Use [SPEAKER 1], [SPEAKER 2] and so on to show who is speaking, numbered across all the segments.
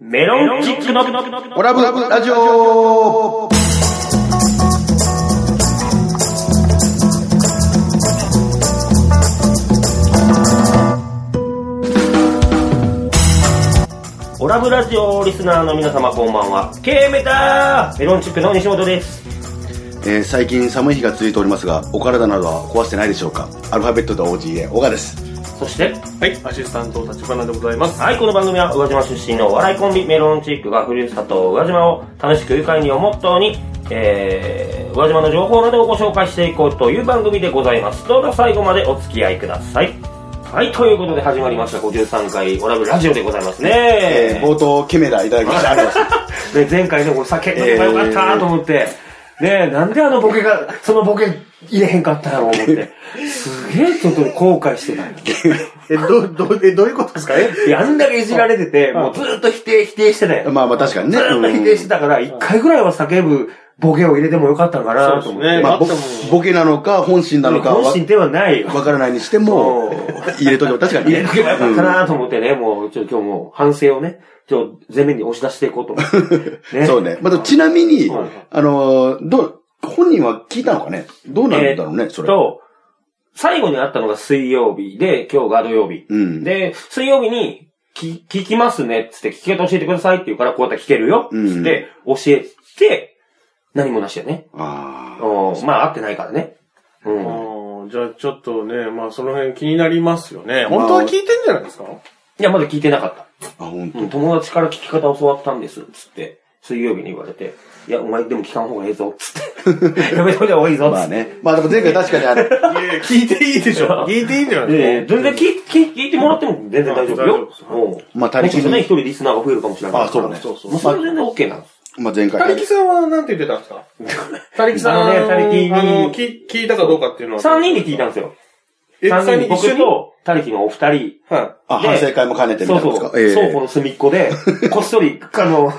[SPEAKER 1] メロンキックの
[SPEAKER 2] オラブラジオ
[SPEAKER 1] オラブラジオリスナーの皆様こんばんは。ケーメタメロンチックの西本です。
[SPEAKER 2] えー最近寒い日が続いておりますがお体などは壊してないでしょうかアルファベットで OGA オガです
[SPEAKER 1] そして、
[SPEAKER 3] はい、アシスタント立花でございます。
[SPEAKER 1] はい、この番組は宇和島出身のお笑いコンビメロンチックがふるさと宇和島を楽しく愉快にをモットーに、えー、宇和島の情報などをご紹介していこうという番組でございます。どうぞ最後までお付き合いください。はい、ということで始まりました53回オラブラジオでございますね。
[SPEAKER 2] えー冒頭ケメラいただきましたありがとうござい
[SPEAKER 1] で
[SPEAKER 2] ま
[SPEAKER 1] 前回ね、これ酒飲めばよかったなと思って、ねなんであのボケが、そのボケ入れへんかったんやろう思 って、すげえちょっと後悔してたんや
[SPEAKER 3] え、ど、ど、え、どういうことですかね
[SPEAKER 1] いやあんだけいじられてて、もうずっと否定、否定してたんや
[SPEAKER 2] すまあまあ確かにね
[SPEAKER 1] ずっと否定してたから、一回ぐらいは叫ぶボケを入れてもよかったんかなと思って。
[SPEAKER 3] そうですね
[SPEAKER 2] まあ、ぼ
[SPEAKER 3] 待っても
[SPEAKER 2] ボケなのか本心なのか
[SPEAKER 1] 本
[SPEAKER 2] わ
[SPEAKER 1] 心ではないよ。
[SPEAKER 2] わからないにしても入れとけば確かに
[SPEAKER 1] 入
[SPEAKER 2] ね
[SPEAKER 1] れとけばよかったなと思ってね、もう、ちょ、今日もう反省をね、ちょ、前面に押し出していこう と思って。ね
[SPEAKER 2] そうね、まあ、ちなみに、
[SPEAKER 1] うん
[SPEAKER 2] あのーどう本人は聞いたのかねどうなんだろうね、それ
[SPEAKER 1] と、最後に会ったのが水曜日で、今日が土曜日。
[SPEAKER 2] うん
[SPEAKER 1] で、水曜日に、き聞きますねっつって、聞き方教えてくださいって言うから、こうやって聞けるよっつって、教えて、何もなしだよね。
[SPEAKER 2] あ
[SPEAKER 1] うんまあ、会ってないからね。うん。
[SPEAKER 3] じゃあちょっとね、まあその辺気になりますよね。本当は聞いてんじゃないですか
[SPEAKER 1] いや、まだ聞いてなかった。
[SPEAKER 2] ーあ本当、
[SPEAKER 1] うん友達から聞き方教わったんです、つって、水曜日に言われて、いや、お前でも聞かん方がええぞ、つっ て。やめといた方がいいぞ、
[SPEAKER 2] ま
[SPEAKER 1] つ
[SPEAKER 2] あ
[SPEAKER 1] って。
[SPEAKER 2] ねまあでも前回確かにあの
[SPEAKER 3] いや聞いていいでしょ。 聞いていいんじゃない
[SPEAKER 1] いやい
[SPEAKER 3] で
[SPEAKER 1] や
[SPEAKER 3] すか
[SPEAKER 1] 全然聞い聞い聞いてもらっても全然大丈夫
[SPEAKER 3] あ大丈夫
[SPEAKER 1] よ
[SPEAKER 3] です。
[SPEAKER 1] うん
[SPEAKER 2] まあ他力
[SPEAKER 1] もしかしたらね、一人リスナーが増えるかもしれないから。
[SPEAKER 2] あそうね
[SPEAKER 3] そうそう
[SPEAKER 1] もうそれは全然 OK なんです。
[SPEAKER 2] まあ、前
[SPEAKER 3] た
[SPEAKER 2] 回
[SPEAKER 3] りきさんはなんて言ってたんです かたりきさん
[SPEAKER 1] あのねたりきに
[SPEAKER 3] あの聞、聞いたかどうかっていうのは。
[SPEAKER 1] 3人で聞いたんですよ。
[SPEAKER 3] え、
[SPEAKER 1] 3
[SPEAKER 3] 3
[SPEAKER 1] 人
[SPEAKER 3] 人一緒
[SPEAKER 1] 僕
[SPEAKER 3] に
[SPEAKER 1] と、たりきのお二人。
[SPEAKER 3] は
[SPEAKER 2] あ
[SPEAKER 1] で
[SPEAKER 2] 反省会も兼ねて
[SPEAKER 1] そ
[SPEAKER 2] み
[SPEAKER 1] う
[SPEAKER 2] た
[SPEAKER 1] ん
[SPEAKER 2] です
[SPEAKER 1] そ
[SPEAKER 2] か
[SPEAKER 1] う。
[SPEAKER 2] ええ
[SPEAKER 1] 倉庫の隅っこ で、こっそり、あの、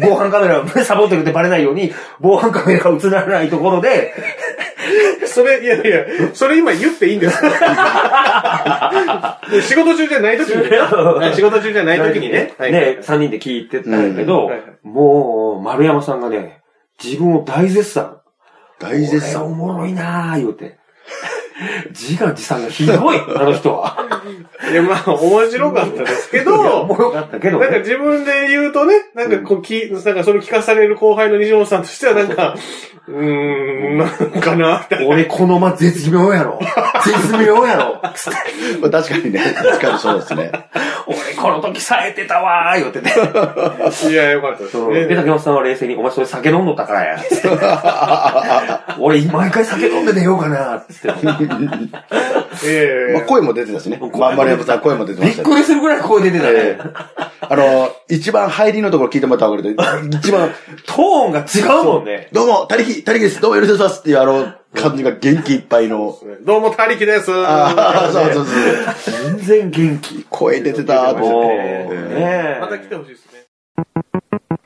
[SPEAKER 1] 防犯カメラ、サボってるってバレないように、防犯カメラが映らないところで、
[SPEAKER 3] い。それ、いやいや、それ今言っていいんですか で仕事中じゃない時にね。はい仕事中じゃない時にね。はい
[SPEAKER 1] ね、3人で聞いてたんやけ
[SPEAKER 3] う
[SPEAKER 1] ど
[SPEAKER 3] んはいはい、
[SPEAKER 1] もう、丸山さんがね、自分を大絶賛。
[SPEAKER 2] 大絶賛
[SPEAKER 1] これおもろいなぁ、言うて。自画自賛がひ どい、あの人は。
[SPEAKER 3] いや、まあ、面白かったですけ
[SPEAKER 1] いやお
[SPEAKER 3] ど
[SPEAKER 1] も、ろかったけど
[SPEAKER 3] なんか
[SPEAKER 1] ね。
[SPEAKER 3] 自分で言うとね、なんかこう、き、なんかそれ聞かされる後輩の西本さんとしてはなんか、うーん、なんかな、みたいな。
[SPEAKER 1] 俺、この間絶妙やろ。絶妙や ろ。つって
[SPEAKER 2] まあ、確かにね。 確かにそうですね。
[SPEAKER 1] 俺、この時冴えてたわー、言うてね。
[SPEAKER 3] いや、よかったです
[SPEAKER 1] そう
[SPEAKER 3] ね。
[SPEAKER 1] で、竹本さんは冷静に、お前それ酒飲んどったからや。 俺、毎回酒飲んで寝ようかな、つって。
[SPEAKER 3] え
[SPEAKER 2] まあ、声も出てたしね。まあ、丸山さん声も出てま
[SPEAKER 1] び
[SPEAKER 2] し
[SPEAKER 1] った
[SPEAKER 2] ね。
[SPEAKER 1] くりするぐらい声出てた
[SPEAKER 2] ええ
[SPEAKER 1] ね。
[SPEAKER 2] あの、一番入りのところ聞いてもらった方がいいで、一番、
[SPEAKER 1] トーンが違うもんね。
[SPEAKER 2] どうも、たりき、たりきです。どうもよろしくお願いしますっていう、あの、感じが元気いっぱいの。
[SPEAKER 3] えどうも、たりきです。
[SPEAKER 2] ああ、そうそう
[SPEAKER 3] う。
[SPEAKER 2] そう。
[SPEAKER 1] 全然元気。
[SPEAKER 2] 声出てた、と
[SPEAKER 1] もう
[SPEAKER 2] 思っ
[SPEAKER 1] ね
[SPEAKER 3] また来てほしいですね。
[SPEAKER 2] て。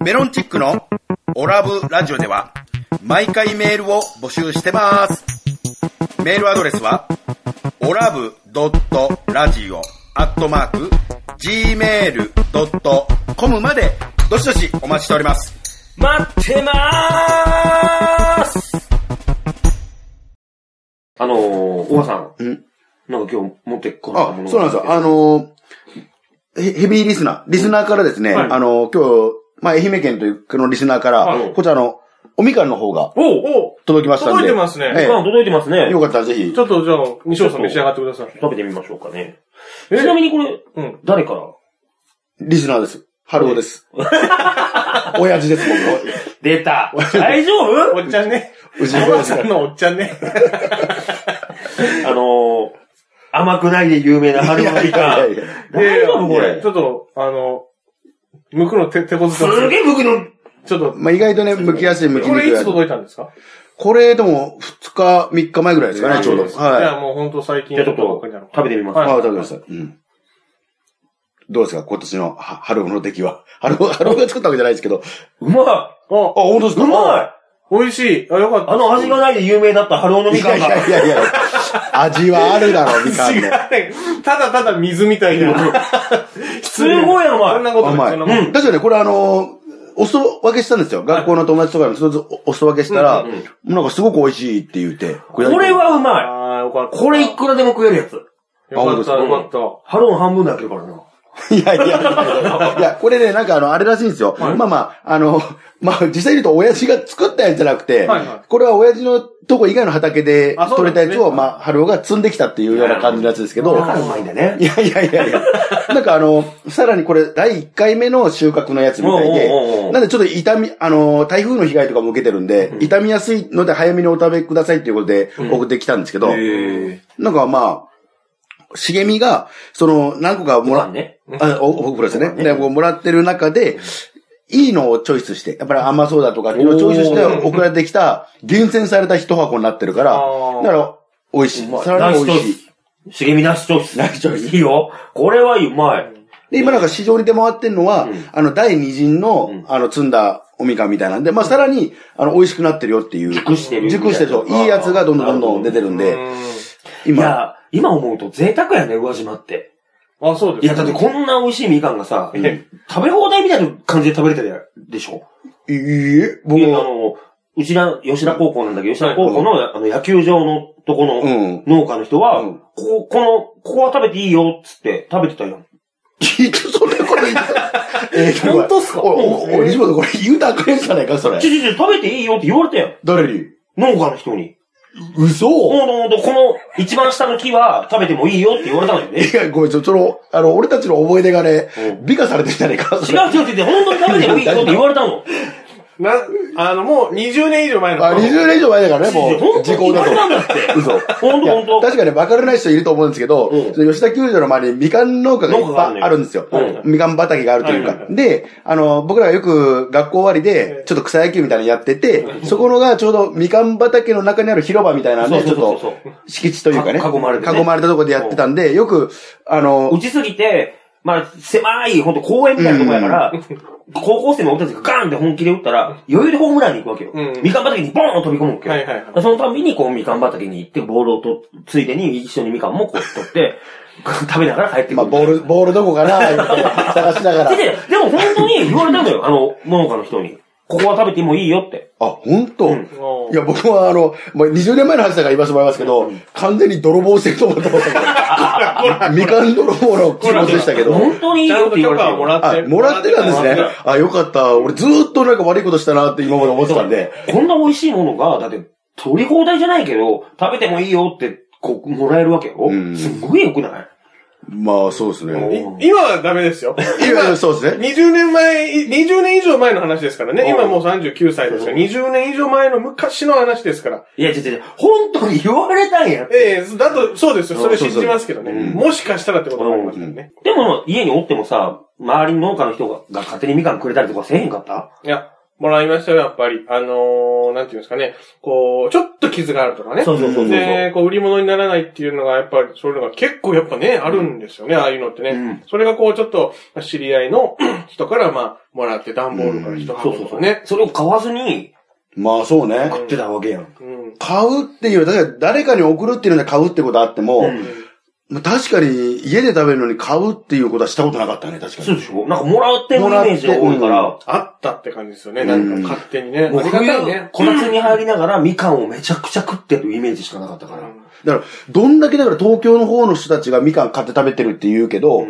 [SPEAKER 2] メロンチックのオラブラジオでは、毎回メールを募集してます。メールアドレスは、オラブドットラジオアットマーク gmail.com までどしどしお待ちしております。
[SPEAKER 1] 待ってまーすあのー、おばさん。
[SPEAKER 2] ん
[SPEAKER 1] なんか今日持ってこられたも
[SPEAKER 2] あ
[SPEAKER 1] の、
[SPEAKER 2] そうなんですよ。あのーヘヘビーリスナー、リスナーからですね、
[SPEAKER 1] はい
[SPEAKER 2] あのー今日、まあ、愛媛県というこのリスナーから、
[SPEAKER 1] はい
[SPEAKER 2] こちらの、おみかんの方が
[SPEAKER 1] おう
[SPEAKER 3] お
[SPEAKER 2] 届きましたんで。
[SPEAKER 3] 届いてますね
[SPEAKER 2] え
[SPEAKER 1] おかん届いてます
[SPEAKER 2] え
[SPEAKER 1] ね
[SPEAKER 2] よ。かったらぜひ
[SPEAKER 3] ち。ょっとじゃあ、西本さん召し上がってください。
[SPEAKER 1] 食べてみましょうかね。ち
[SPEAKER 3] え
[SPEAKER 1] なみにこれ、
[SPEAKER 3] うん。
[SPEAKER 1] 誰から
[SPEAKER 2] リスナーです。春尾です。親父です、
[SPEAKER 1] 出た大丈夫
[SPEAKER 3] おっちゃんね。
[SPEAKER 2] 僕の。うちの
[SPEAKER 3] 西
[SPEAKER 2] 親
[SPEAKER 3] 本
[SPEAKER 2] 父
[SPEAKER 3] さんのおっち ゃんね。
[SPEAKER 1] あのー、甘くないで有名な春巻きか。
[SPEAKER 2] いやいやいや
[SPEAKER 1] 大丈夫これ
[SPEAKER 3] ち。ょっと、あの、むくの手、手こずっ
[SPEAKER 1] す
[SPEAKER 3] てます
[SPEAKER 1] げえ僕の、
[SPEAKER 3] ちょっと、
[SPEAKER 2] まあ、意外とね、剥きやすい、剥き
[SPEAKER 3] こ
[SPEAKER 2] にく
[SPEAKER 3] れ
[SPEAKER 2] い
[SPEAKER 3] い
[SPEAKER 2] や
[SPEAKER 3] つ
[SPEAKER 2] つ。
[SPEAKER 3] 届いたんですか
[SPEAKER 2] これ、でも、2日、3日前ぐらいですかね、ちょうど。
[SPEAKER 3] じゃ
[SPEAKER 2] は
[SPEAKER 3] あもう本当最近
[SPEAKER 1] じゃあちょっ
[SPEAKER 3] ばっ
[SPEAKER 1] と
[SPEAKER 3] かりなのか
[SPEAKER 1] 食べてみます。
[SPEAKER 2] い。
[SPEAKER 3] は
[SPEAKER 2] あ、食べました。うん。どうですか今年のは春尾の出来は。春尾、 春尾が作ったわけじゃないですけど。
[SPEAKER 1] うま
[SPEAKER 2] あ、本当です
[SPEAKER 1] い
[SPEAKER 2] か
[SPEAKER 1] うまい
[SPEAKER 3] 美味しい。あ、よかった。
[SPEAKER 1] あの味がないで有名だった春尾のみ
[SPEAKER 2] いや
[SPEAKER 1] かん
[SPEAKER 2] い
[SPEAKER 1] が。
[SPEAKER 2] やいやいや、味はあるだろ、みかん
[SPEAKER 3] 違う
[SPEAKER 2] の。
[SPEAKER 3] ね。ただただ水みたいな。
[SPEAKER 1] すごい甘い
[SPEAKER 3] そんなこと
[SPEAKER 2] 甘
[SPEAKER 3] ない。そ
[SPEAKER 2] い。
[SPEAKER 3] んなことない
[SPEAKER 2] だけどね、これあのー、お裾分けしたんですよ。学校の友達とかに一つお裾分けしたら、なんかすごく美味しいって言って。
[SPEAKER 1] こ
[SPEAKER 2] こ
[SPEAKER 1] れはうまい
[SPEAKER 3] ああ、よかった。
[SPEAKER 1] これいくらでも食えるやつ。
[SPEAKER 3] よかった、よかった。
[SPEAKER 1] ハロン半分だけどからな。
[SPEAKER 2] いやいやいや、いや、これね、なんかあの、あれらしいんですよ。まあまあ、あの、まあ実際言うと親父が作ったやつじゃなくて、
[SPEAKER 3] はいはい
[SPEAKER 2] これは親父のとこ以外の畑で
[SPEAKER 3] あそう
[SPEAKER 2] 取
[SPEAKER 3] な
[SPEAKER 2] れ
[SPEAKER 3] んで
[SPEAKER 2] た
[SPEAKER 3] す
[SPEAKER 2] や
[SPEAKER 3] ね
[SPEAKER 2] つを、まあ、春尾が積んできたっていうような感じのやつですけど、
[SPEAKER 1] だからうまいんだね。
[SPEAKER 2] いやいやいやいや。なんかあの、さらにこれ、第1回目の収穫のやつみたいで
[SPEAKER 1] おうおうおうおう、
[SPEAKER 2] なんでちょっと痛み、あの、台風の被害とかも受けてるんで、痛みやすいので早めにお食べくださいっていうことで送ってきたんですけど、
[SPEAKER 1] へ
[SPEAKER 2] なんかまあ、茂みが、その、何個かもら
[SPEAKER 1] まあ、ね。
[SPEAKER 2] あ、お、お袋ですね。で、こうもらってる中で、いいのをチョイスして、やっぱり甘そうだとか、いろいろチョイスして送られてきた、厳選された一箱になってるから、だ
[SPEAKER 3] あー
[SPEAKER 2] から、美味しい。
[SPEAKER 1] うまい
[SPEAKER 2] さらに美味しい。
[SPEAKER 1] 茂みなしチョイス。なしチョイス。いいよ。これはうまい。
[SPEAKER 2] で、今なんか市場に出回ってんのは、あの、第二陣の、あの、積んだおみかんみたいなんで、まあ、さらに、あの、美味しくなってるよっていう。
[SPEAKER 1] 熟してる
[SPEAKER 2] 熟してるそ
[SPEAKER 1] あ
[SPEAKER 2] う。
[SPEAKER 1] ー
[SPEAKER 2] いいやつがどんどんどんどん出てるんで、
[SPEAKER 1] い
[SPEAKER 2] 今、
[SPEAKER 1] や、今思うと贅沢やね、宇和島って。
[SPEAKER 3] あ、そう
[SPEAKER 1] い
[SPEAKER 3] で
[SPEAKER 1] や、
[SPEAKER 3] す
[SPEAKER 1] だって
[SPEAKER 3] ね。
[SPEAKER 1] こんな美味しいみかんがさ、
[SPEAKER 3] ん
[SPEAKER 1] 食べ放題みたいな感じで食べれてるでしょ。
[SPEAKER 2] いいえ、僕
[SPEAKER 1] いやあの、うちら、吉田高校なんだけど、吉田高校のあの野球場のとこ
[SPEAKER 2] う
[SPEAKER 1] の
[SPEAKER 2] ん。
[SPEAKER 1] 農家の人は、
[SPEAKER 2] うん
[SPEAKER 1] ここ、この、ここは食べていいよ、っつって食べてたよ。
[SPEAKER 2] 聞いて、そんなこと言って。えー
[SPEAKER 3] 本当っすか
[SPEAKER 2] おい、おい、おい、西本これ言うたらあかんやつじゃないか、それ
[SPEAKER 1] ち。ょちょちょ、食べていいよって言われたよ。
[SPEAKER 2] 誰に
[SPEAKER 1] 農家の人に。
[SPEAKER 2] 嘘
[SPEAKER 1] ほんとほんと、この一番下の木は食べてもいいよって言われたのよね。
[SPEAKER 2] いや、ごめん、ちょ、その、あの、俺たちの思い出がね、美化されてるじゃないか、そ
[SPEAKER 1] 違
[SPEAKER 2] れ。
[SPEAKER 1] う違う違う、本当に食べてもいいよって言われた の。
[SPEAKER 3] な、あの、もう20年以上前の。
[SPEAKER 2] あ、20年以上前だからね、
[SPEAKER 1] 違う違
[SPEAKER 2] も
[SPEAKER 1] う
[SPEAKER 2] う、時効だと
[SPEAKER 1] 本当に言われたんだって。
[SPEAKER 2] 嘘。
[SPEAKER 1] ほん
[SPEAKER 2] い
[SPEAKER 1] と
[SPEAKER 2] や
[SPEAKER 1] ほんと。
[SPEAKER 2] 確かに分からない人いると思うんですけど、
[SPEAKER 1] うん
[SPEAKER 2] その吉田球場の周りにみかん農家がいっ
[SPEAKER 1] 農家がある
[SPEAKER 2] ぱ
[SPEAKER 1] ね
[SPEAKER 2] いあるんですよ。
[SPEAKER 1] う
[SPEAKER 2] みかん畑があるという
[SPEAKER 3] はいはい
[SPEAKER 2] か。で、あの、僕らがよく学校終わりで、ちょっと草野球みたいなのやってて、そこのがちょうどみかん畑の中にある広場みたいなんで、
[SPEAKER 1] そう
[SPEAKER 2] ちょ
[SPEAKER 1] そ
[SPEAKER 2] っ
[SPEAKER 1] うそうそう
[SPEAKER 2] と敷地というかね、
[SPEAKER 1] か囲まれてね
[SPEAKER 2] 囲まれたとこでやってたんで、よく、あ
[SPEAKER 1] 打
[SPEAKER 2] の、
[SPEAKER 1] ちすぎて、まあ、狭い、ほんと公園みたいなとこやから、高校生の俺たちがガーンって本気で打ったら、余裕でホームランに行くわけよ。
[SPEAKER 3] うん
[SPEAKER 1] みかん畑にボーンと飛び込むわけよ。
[SPEAKER 3] はいはいはい
[SPEAKER 1] そのたびに、こう、みかん畑に行って、ボールをと、ついでに一緒にみかんもこう取って、食べながら帰ってくる。
[SPEAKER 2] まあ、ボール、ボールどこ かな、言って探しながら。
[SPEAKER 1] で、でも本当に言われたのよ、あの、農家の人に。ここは食べてもいいよって。
[SPEAKER 2] あ、本当、
[SPEAKER 1] うん
[SPEAKER 3] おー
[SPEAKER 2] いや、僕はあの、まあ、20年前の話だから言わせてもらいますけど、完全に泥棒してると思ってましたけど、 みかん泥棒の気持ちでしたけど、
[SPEAKER 1] 本当にいい
[SPEAKER 3] ちゃ
[SPEAKER 1] よっ
[SPEAKER 3] ん
[SPEAKER 1] て
[SPEAKER 3] と
[SPEAKER 1] 言われ
[SPEAKER 3] 許可
[SPEAKER 1] た
[SPEAKER 3] はもら
[SPEAKER 1] よ。
[SPEAKER 3] って
[SPEAKER 2] あ、。もらってたんですね。あ、よかった。俺ずーっとなんか悪いことしたなって今まで思ってたんで、
[SPEAKER 1] こんな美味しいものが、だって、取り放題じゃないけど、食べてもいいよって、こう、もらえるわけよ。
[SPEAKER 2] ん
[SPEAKER 1] すっごい良くない
[SPEAKER 2] まあそうですね。
[SPEAKER 3] い今はダメですよ。
[SPEAKER 2] いやいや、そうですね。
[SPEAKER 3] 20年前、20年以上前の話ですからね。今もう39歳ですから、20年以上前の昔の話ですから。
[SPEAKER 1] いや、違う違う、本当に言われたんや。
[SPEAKER 3] ええ、だと、そうですよ。それ
[SPEAKER 2] そう
[SPEAKER 3] 信
[SPEAKER 2] そう
[SPEAKER 3] じますけどね。もしかしたらってこともありますよね。
[SPEAKER 1] でも、家におってもさ、周りの農家の人がが勝手にみかんくれたりとかせえへんかった
[SPEAKER 3] いや、もらいましたよ、やっぱり。あのー、なんていうんですかね。こう、ちょっと傷があるとかね。
[SPEAKER 1] そうそうそうそう
[SPEAKER 3] で、こう、売り物にならないっていうのが、やっぱり、そういうのが結構やっぱね、あるんですよね、ああいうのってね。
[SPEAKER 1] うん
[SPEAKER 3] それがこう、ちょっと、まあ知り合いの 人から、まあ、もらって、段ボールから一
[SPEAKER 1] そ
[SPEAKER 3] 箱
[SPEAKER 1] うそう
[SPEAKER 3] と
[SPEAKER 1] そ
[SPEAKER 3] か
[SPEAKER 1] う。
[SPEAKER 3] ね。
[SPEAKER 1] それを買わずに
[SPEAKER 2] まあそうね。
[SPEAKER 1] 食ってたわけやん。
[SPEAKER 3] うん。
[SPEAKER 2] 買うっていう、例えば誰かに送るっていうので買うってことあっても、まあ確かに家で食べるのに買うっていうことはしたことなかったね、確かに。
[SPEAKER 1] そうでしょなんかもらってるイメージが多いから、
[SPEAKER 3] あったって感じですよね、なんか勝手にね。
[SPEAKER 1] もう
[SPEAKER 3] ありがたい
[SPEAKER 1] 冬
[SPEAKER 3] ね、。
[SPEAKER 1] こたつに入りながらみかんをめちゃくちゃ食ってるイメージしかなかったから。
[SPEAKER 2] だから、どんだけだから東京の方の人たちがみかん買って食べてるって言うけど、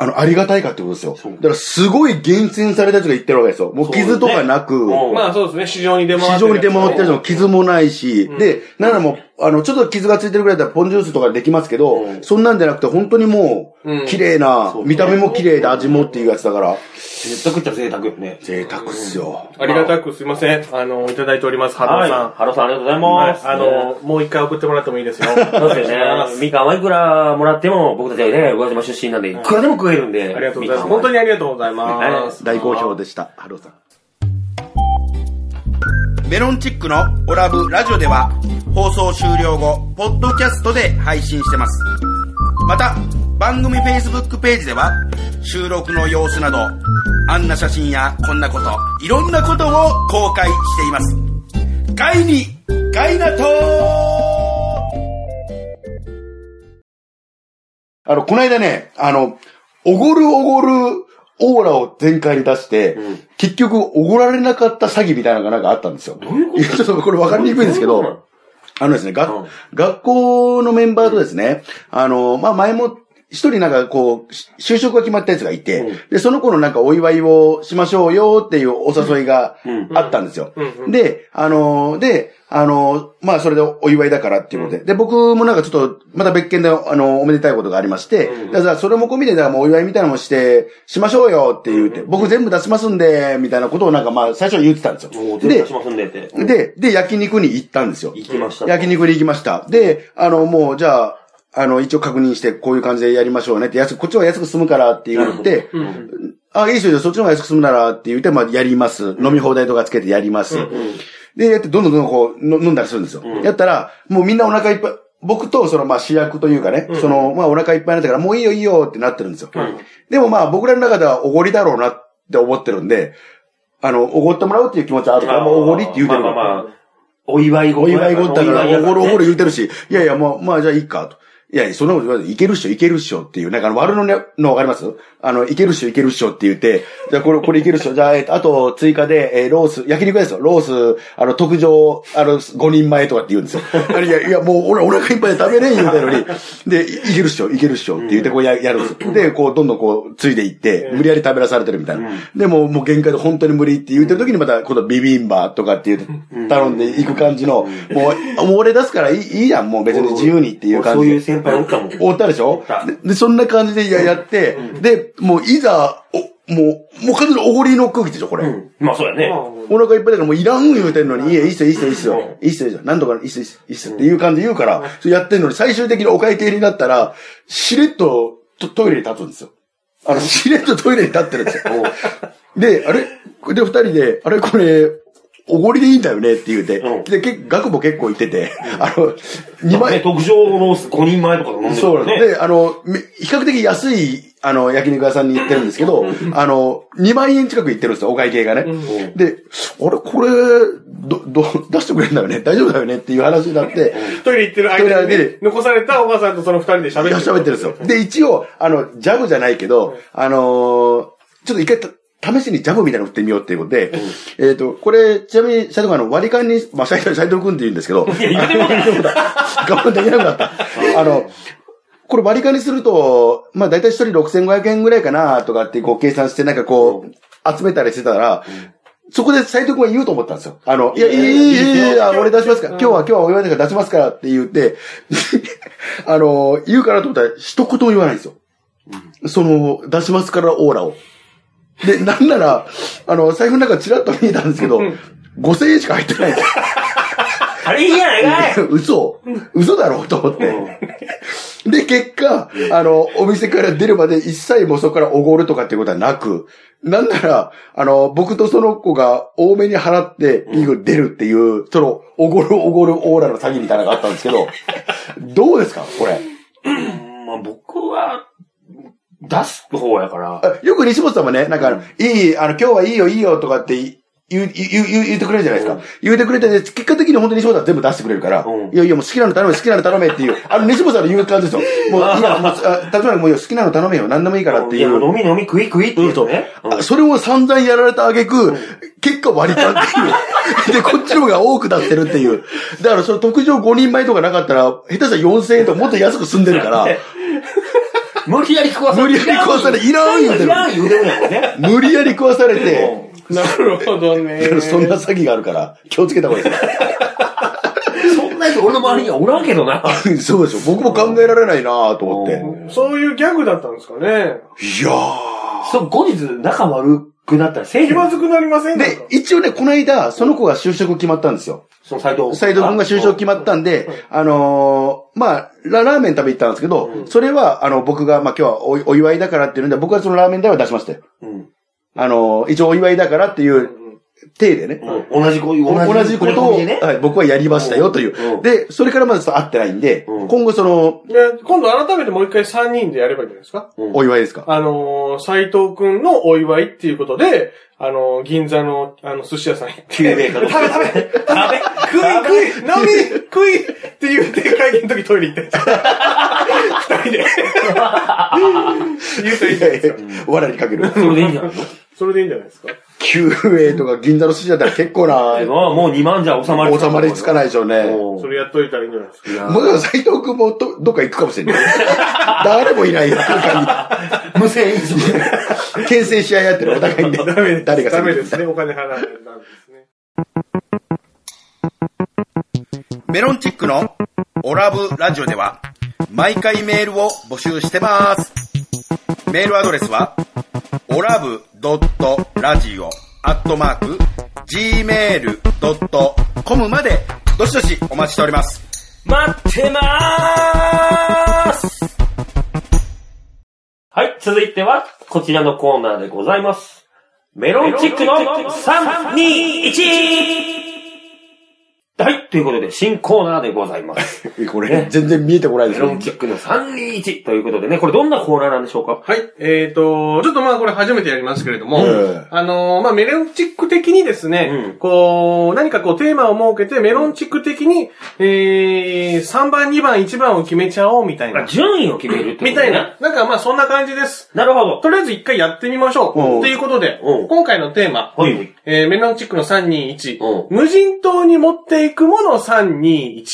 [SPEAKER 2] あの、ありがたいかってことですよ。だから、すごい厳選されたやつが言ってるわけですよ。もう傷とかなく、
[SPEAKER 1] そう
[SPEAKER 3] まあそうですね、市場に出回って
[SPEAKER 2] 市
[SPEAKER 3] る
[SPEAKER 2] 場に出回ってる
[SPEAKER 3] やつね
[SPEAKER 2] の傷もないし、で、なんならもう、あの、ちょっと傷がついてるぐらいだったらポンジュースとかできますけど、そんなんじゃなくて、本当にも
[SPEAKER 3] う
[SPEAKER 2] う、
[SPEAKER 3] ん
[SPEAKER 2] 綺麗な、見た目も綺麗で味もっていうやつだから、
[SPEAKER 1] 絶対食ったら贅沢よね。
[SPEAKER 2] 贅沢っすよ。
[SPEAKER 3] ありがたくすいません。あの、いただいております、ハロ
[SPEAKER 1] は
[SPEAKER 3] ー
[SPEAKER 1] い。
[SPEAKER 3] さん。
[SPEAKER 1] ハロさんありがとうござい
[SPEAKER 3] はい
[SPEAKER 1] ます。
[SPEAKER 3] あの、もう一回送ってもらってもいいですよ。
[SPEAKER 1] そうです よね。みかんはいくらもらっても、僕たちはね、宇和島出身なんで、いくらでも食えるんで。
[SPEAKER 3] ありがとうござ
[SPEAKER 1] み
[SPEAKER 3] います。
[SPEAKER 1] かんは
[SPEAKER 3] 本当にありがとうございます。
[SPEAKER 2] 大好評でした、ハローさん。
[SPEAKER 4] メロンチックのオラブラジオでは放送終了後、ポッドキャストで配信してます。また、番組 Facebook ページでは収録の様子など、あんな写真やこんなこと、いろんなことを公開しています。ガイにガイナトー
[SPEAKER 2] あの、この間ね、あの、おごるおごるオーラを全開に出して、
[SPEAKER 1] うん
[SPEAKER 2] 結局おごられなかった詐欺みたいなのがなんかあったんですよ。
[SPEAKER 1] どういうこと
[SPEAKER 2] ちょっとこれわかりにくいんですけ
[SPEAKER 1] どういうこ
[SPEAKER 2] ど、あのですね、が
[SPEAKER 1] うん
[SPEAKER 2] 学校のメンバーとですね、あの、まあ、前も、一人なんかこう、し就職が決まったやつがいて、
[SPEAKER 1] うん
[SPEAKER 2] で、その子のなんかお祝いをしましょうよっていうお誘いが
[SPEAKER 1] うん
[SPEAKER 2] あったんですよ。
[SPEAKER 3] うんうん
[SPEAKER 2] で、あのーで、あのーまあ、それでお祝いだからっていうことで。で、僕もなんかちょっと、また別件で、あのーおめでたいことがありまして、
[SPEAKER 1] うん
[SPEAKER 2] だからそれも込みで、だからもうお祝いみたいなのもして、しましょうよって言うて、僕全部出しますんで、みたいなことをなんかまあ、最初言ってたんです
[SPEAKER 1] も
[SPEAKER 2] よ。
[SPEAKER 1] う、出
[SPEAKER 2] で
[SPEAKER 1] し、ますんでって。
[SPEAKER 2] で、で、焼肉に行ったんですよ。
[SPEAKER 1] 行きました。
[SPEAKER 2] 焼肉に行きました。で、あの、もう、じゃあ、あの、一応確認して、こういう感じでやりましょうねって、安く、こっちは安く済むからって言って、あ、いいですよ、じゃあそっちの方が安く済むならって言って、まあ、やります。飲み放題とかつけてやります。で、やって、どんどんどんどんこう、の飲んだりするんですよ。やったら、もうみんなお腹いっぱい、僕と、その、まあ、主役というかね、その、まあ、お腹いっぱいになったから、もういいよ、いいよってなってるんですよ。でもまあ、僕らの中ではおごりだろうなって思ってるんで、あの、おごってもらうっていう気持ちはあるから、もうおごりって言うてるか
[SPEAKER 1] ま
[SPEAKER 2] ら。
[SPEAKER 1] あまあまあ、お祝いご
[SPEAKER 2] お祝いごったから、おごるおご
[SPEAKER 1] る。
[SPEAKER 2] る言うてるし、いやいや、まあ、まあ、じゃあいいかと。いやいや、そんなこと言わない。いけるっしょ、いけるっしょっていう、なんかあの、悪のね、のわかりますあの、いけるっしょ、いけるっしょって言って、じゃあこれ、これいけるっしょ。じゃあ、えっと、あと、追加で、えーロース、焼肉屋ですよ。ロース、あの、特上、あの、5人前とかって言うんですよ。あれいや、いや、もう、俺、お腹いっぱいで食べれん言うてんのに、で、いいけるっしょ、いけるっしょって言って、こうややるんですよ。で、こう、どんどんこう、ついでいって、無理やり食べらされてるみたいな。で、もう、もう限界で本当に無理って言ってる時に、また、今度ビビンバとかって言って、頼んでいく感じの、もう、もう俺出すからいいいいじゃん、もう別に自由にっていう感
[SPEAKER 1] そう
[SPEAKER 2] じ
[SPEAKER 1] いう
[SPEAKER 2] で。
[SPEAKER 1] 先輩おったもん。
[SPEAKER 2] おったでしょ
[SPEAKER 1] た
[SPEAKER 2] でで、そんな感じでややって、で、もういざ、お、もう、もう完全におごりの空気でしょ、これ。
[SPEAKER 1] まあそうやね。
[SPEAKER 2] お腹いっぱいだからもういらん言うてんのに、いいよ、いいっすよ、いいっすよ、いいっすよ、いいっすよ、いいっすよ、なんとかいいっすよ、いいっすよいいっすよっていう感じで言うから、それやってんのに最終的にお会計になったら、しれっとトトイレに立つんですよ。あの、しれっとトイレに立ってるんですよ。で、あれで、二人で、あれこれ、おごりでいいんだよねって言うて
[SPEAKER 1] うん、
[SPEAKER 2] で、け額も結構いってて、あの、二
[SPEAKER 1] まあね、
[SPEAKER 2] 枚、
[SPEAKER 1] 特上の5人前とか飲んでる
[SPEAKER 2] そうなん
[SPEAKER 1] ね。
[SPEAKER 2] です。で、あの、め比較的安い、あの、焼肉屋さんに行ってるんですけど、あの、2万円近く行ってるんですよ、お会計がね。で、あれ、これ、ど、ど、出してくれるんだよね大丈夫だよねっていう話になって、
[SPEAKER 3] トイレ行ってる間
[SPEAKER 2] トイレ
[SPEAKER 3] に
[SPEAKER 2] 行
[SPEAKER 3] ね
[SPEAKER 2] ってる
[SPEAKER 3] 残されたおばさんとその二人で喋って
[SPEAKER 2] い
[SPEAKER 3] る。
[SPEAKER 2] や喋ってるんですよ。で、一応、あの、ジャブじゃないけど、あのーちょっと一回た試しにジャブみたいなの振ってみようっていうことで、えっと、これ、ちなみに、斎藤君、あの、割り勘に、まあ、斎藤、斎藤君って言うんですけど、
[SPEAKER 1] いや、言ってもない。
[SPEAKER 2] 我慢できなくなった。あの、これ割り勘にすると、まあ大体一人6500円ぐらいかなとかってこう計算してなんかこう、集めたりしてたら、そこで斎藤君が言うと思ったんですよ。あの、いや、いい、いい、いいいい、あ俺出しますから、今日は、今日はお祝いだから出しますからって言って、あの、言うからと思ったら一言も言わないんですよ。その、出しますからオーラを。で、なんなら、あの、財布の中チラッと見えたんですけど、5000円しか入ってないんですよ。
[SPEAKER 1] あれいいやないかい
[SPEAKER 2] 嘘嘘だろうと思って。で、結果、あの、お店から出るまで一切もうそこからおごるとかっていうことはなく、なんなら、あの、僕とその子が多めに払って、いいよ出るっていう、その、おごるおごるオーラの詐欺みたいなのがあったんですけど、どうですかこれ。
[SPEAKER 1] まあ僕は、出す方やから。
[SPEAKER 2] あよく西本さんもね、なんかあの、いい、あの、今日はいいよ、いいよとかってい言う、言う、言う、言ってくれるじゃないですか。言ってくれて、で結果的に本当に西本さん全部出してくれるから、
[SPEAKER 1] うん
[SPEAKER 2] いやいや、もう好きなの頼め、好きなの頼めっていう、あの、西本さんの言う感じですよ。もう、いいから、もう、あ例えばもういいよ好きなの頼めよ、何でもいいからってい
[SPEAKER 1] や
[SPEAKER 2] う。
[SPEAKER 1] も飲み飲み食い食いって言うとね。うん
[SPEAKER 2] あそれを散々やられた挙句、結果割り勘っていう。 で、こっちの方が多く出してるっていう。だから、その特上5人前とかなかったら、下手したら4000円とかもっと安く済んでる から、
[SPEAKER 1] 無理やり食わされ
[SPEAKER 2] 無理やり食わされいらん言うてる
[SPEAKER 1] いらん言うてるやもん ね。
[SPEAKER 2] 無理やり食わされて、
[SPEAKER 3] なるほどね。
[SPEAKER 2] そんな詐欺があるから、気をつけた方がいいですよ。
[SPEAKER 1] そんなやつ俺の周りにはおらんけどな。
[SPEAKER 2] そうでしょ。僕も考えられないなぁと思って。い
[SPEAKER 3] そういうギャグだったんですかね。
[SPEAKER 2] や
[SPEAKER 1] そう、後日仲悪くなったらせえへ
[SPEAKER 3] 気
[SPEAKER 1] ん
[SPEAKER 3] まずくなりません
[SPEAKER 2] ー。
[SPEAKER 3] なんか
[SPEAKER 2] で、一応ね、この間、その子が就職決まったんですよ。
[SPEAKER 1] その斎藤。
[SPEAKER 2] 斉藤君が就職決まったんで、あのーまあ、ララーメン食べ行ったんですけど、それは、あの、僕が、まあ今日はおお祝いだからっていうんで、僕はそのラーメン代は出しましたよ。
[SPEAKER 1] うん。
[SPEAKER 2] あのー一応お祝いだからっていう、体でね。
[SPEAKER 1] うん同じこういう、
[SPEAKER 2] 同じこ
[SPEAKER 1] 触れ
[SPEAKER 2] とを、
[SPEAKER 1] 込みでね
[SPEAKER 2] はい、僕はやりましたよという。
[SPEAKER 1] うん
[SPEAKER 2] で、それからまだちょっと会ってないんで、
[SPEAKER 1] うん
[SPEAKER 2] 今後その、
[SPEAKER 3] で今度改めてもう一回三人でやればいいんじゃないですか。
[SPEAKER 2] お祝いですか
[SPEAKER 3] あのー、斎藤くんのお祝いっていうことで、あのー、銀座の、あの、寿司屋さん行って、
[SPEAKER 1] 救命かと。食べ食べ食べ
[SPEAKER 3] 食い食い飲み食いっていう展開の時トイレ行って。二人人 で。言うといいんじゃないですか。
[SPEAKER 2] 藁にかける。
[SPEAKER 1] それでいいん じゃない
[SPEAKER 3] それでいいんじゃないですか。
[SPEAKER 2] 9円とか銀座の寿司だったら結構 な、
[SPEAKER 1] のああもう2万じゃ収まり
[SPEAKER 2] 収まりつかないでしょうね。
[SPEAKER 1] も
[SPEAKER 3] そうれやっといたらいいんじゃないですか。
[SPEAKER 2] もう斎藤くんもどどっか行くかもし れない。誰もいない空間
[SPEAKER 1] 無線以上。
[SPEAKER 2] に。牽制し合いやってるお互いに。
[SPEAKER 3] ダメです。
[SPEAKER 2] 誰が
[SPEAKER 3] ダ
[SPEAKER 2] 先
[SPEAKER 3] メですね。お金払わないとダメですね。
[SPEAKER 4] メロンチックのオラブラジオでは毎回メールを募集してます。メールアドレスはオラブドットラジオアットマーク gmail.com までどしどしお待ちしております。
[SPEAKER 1] 待ってまーすはい、続いては、こちらのコーナーでございます。メロンチックの3、2、1! はい、ということで、新コーナーでござい ます。
[SPEAKER 2] これ、全然見えてこないで
[SPEAKER 1] メ
[SPEAKER 2] す
[SPEAKER 1] ロンチックの3、2、1ということでね、これどんなコーナーなんでしょうか
[SPEAKER 3] はい。えっ、と、ちょっとまあこれ初めてやりますけれども、
[SPEAKER 2] うん
[SPEAKER 3] あのーまあメロンチック的にですね、
[SPEAKER 1] うん
[SPEAKER 3] こう、何かこうテーマを設けてメロンチック的に、えー、3番、2番、1番を決めちゃおうみたいな
[SPEAKER 1] あ。順位を決めるってことね
[SPEAKER 3] みたいな。。なんかまあそんな感じです。
[SPEAKER 1] なるほど。
[SPEAKER 3] とりあえず一回やってみましょ
[SPEAKER 2] うん
[SPEAKER 3] う。ということで、
[SPEAKER 1] うん
[SPEAKER 3] 今回のテーマ、
[SPEAKER 1] はい。
[SPEAKER 3] えーメロンチックの321、
[SPEAKER 1] う
[SPEAKER 3] 無人島に持っていくもの321。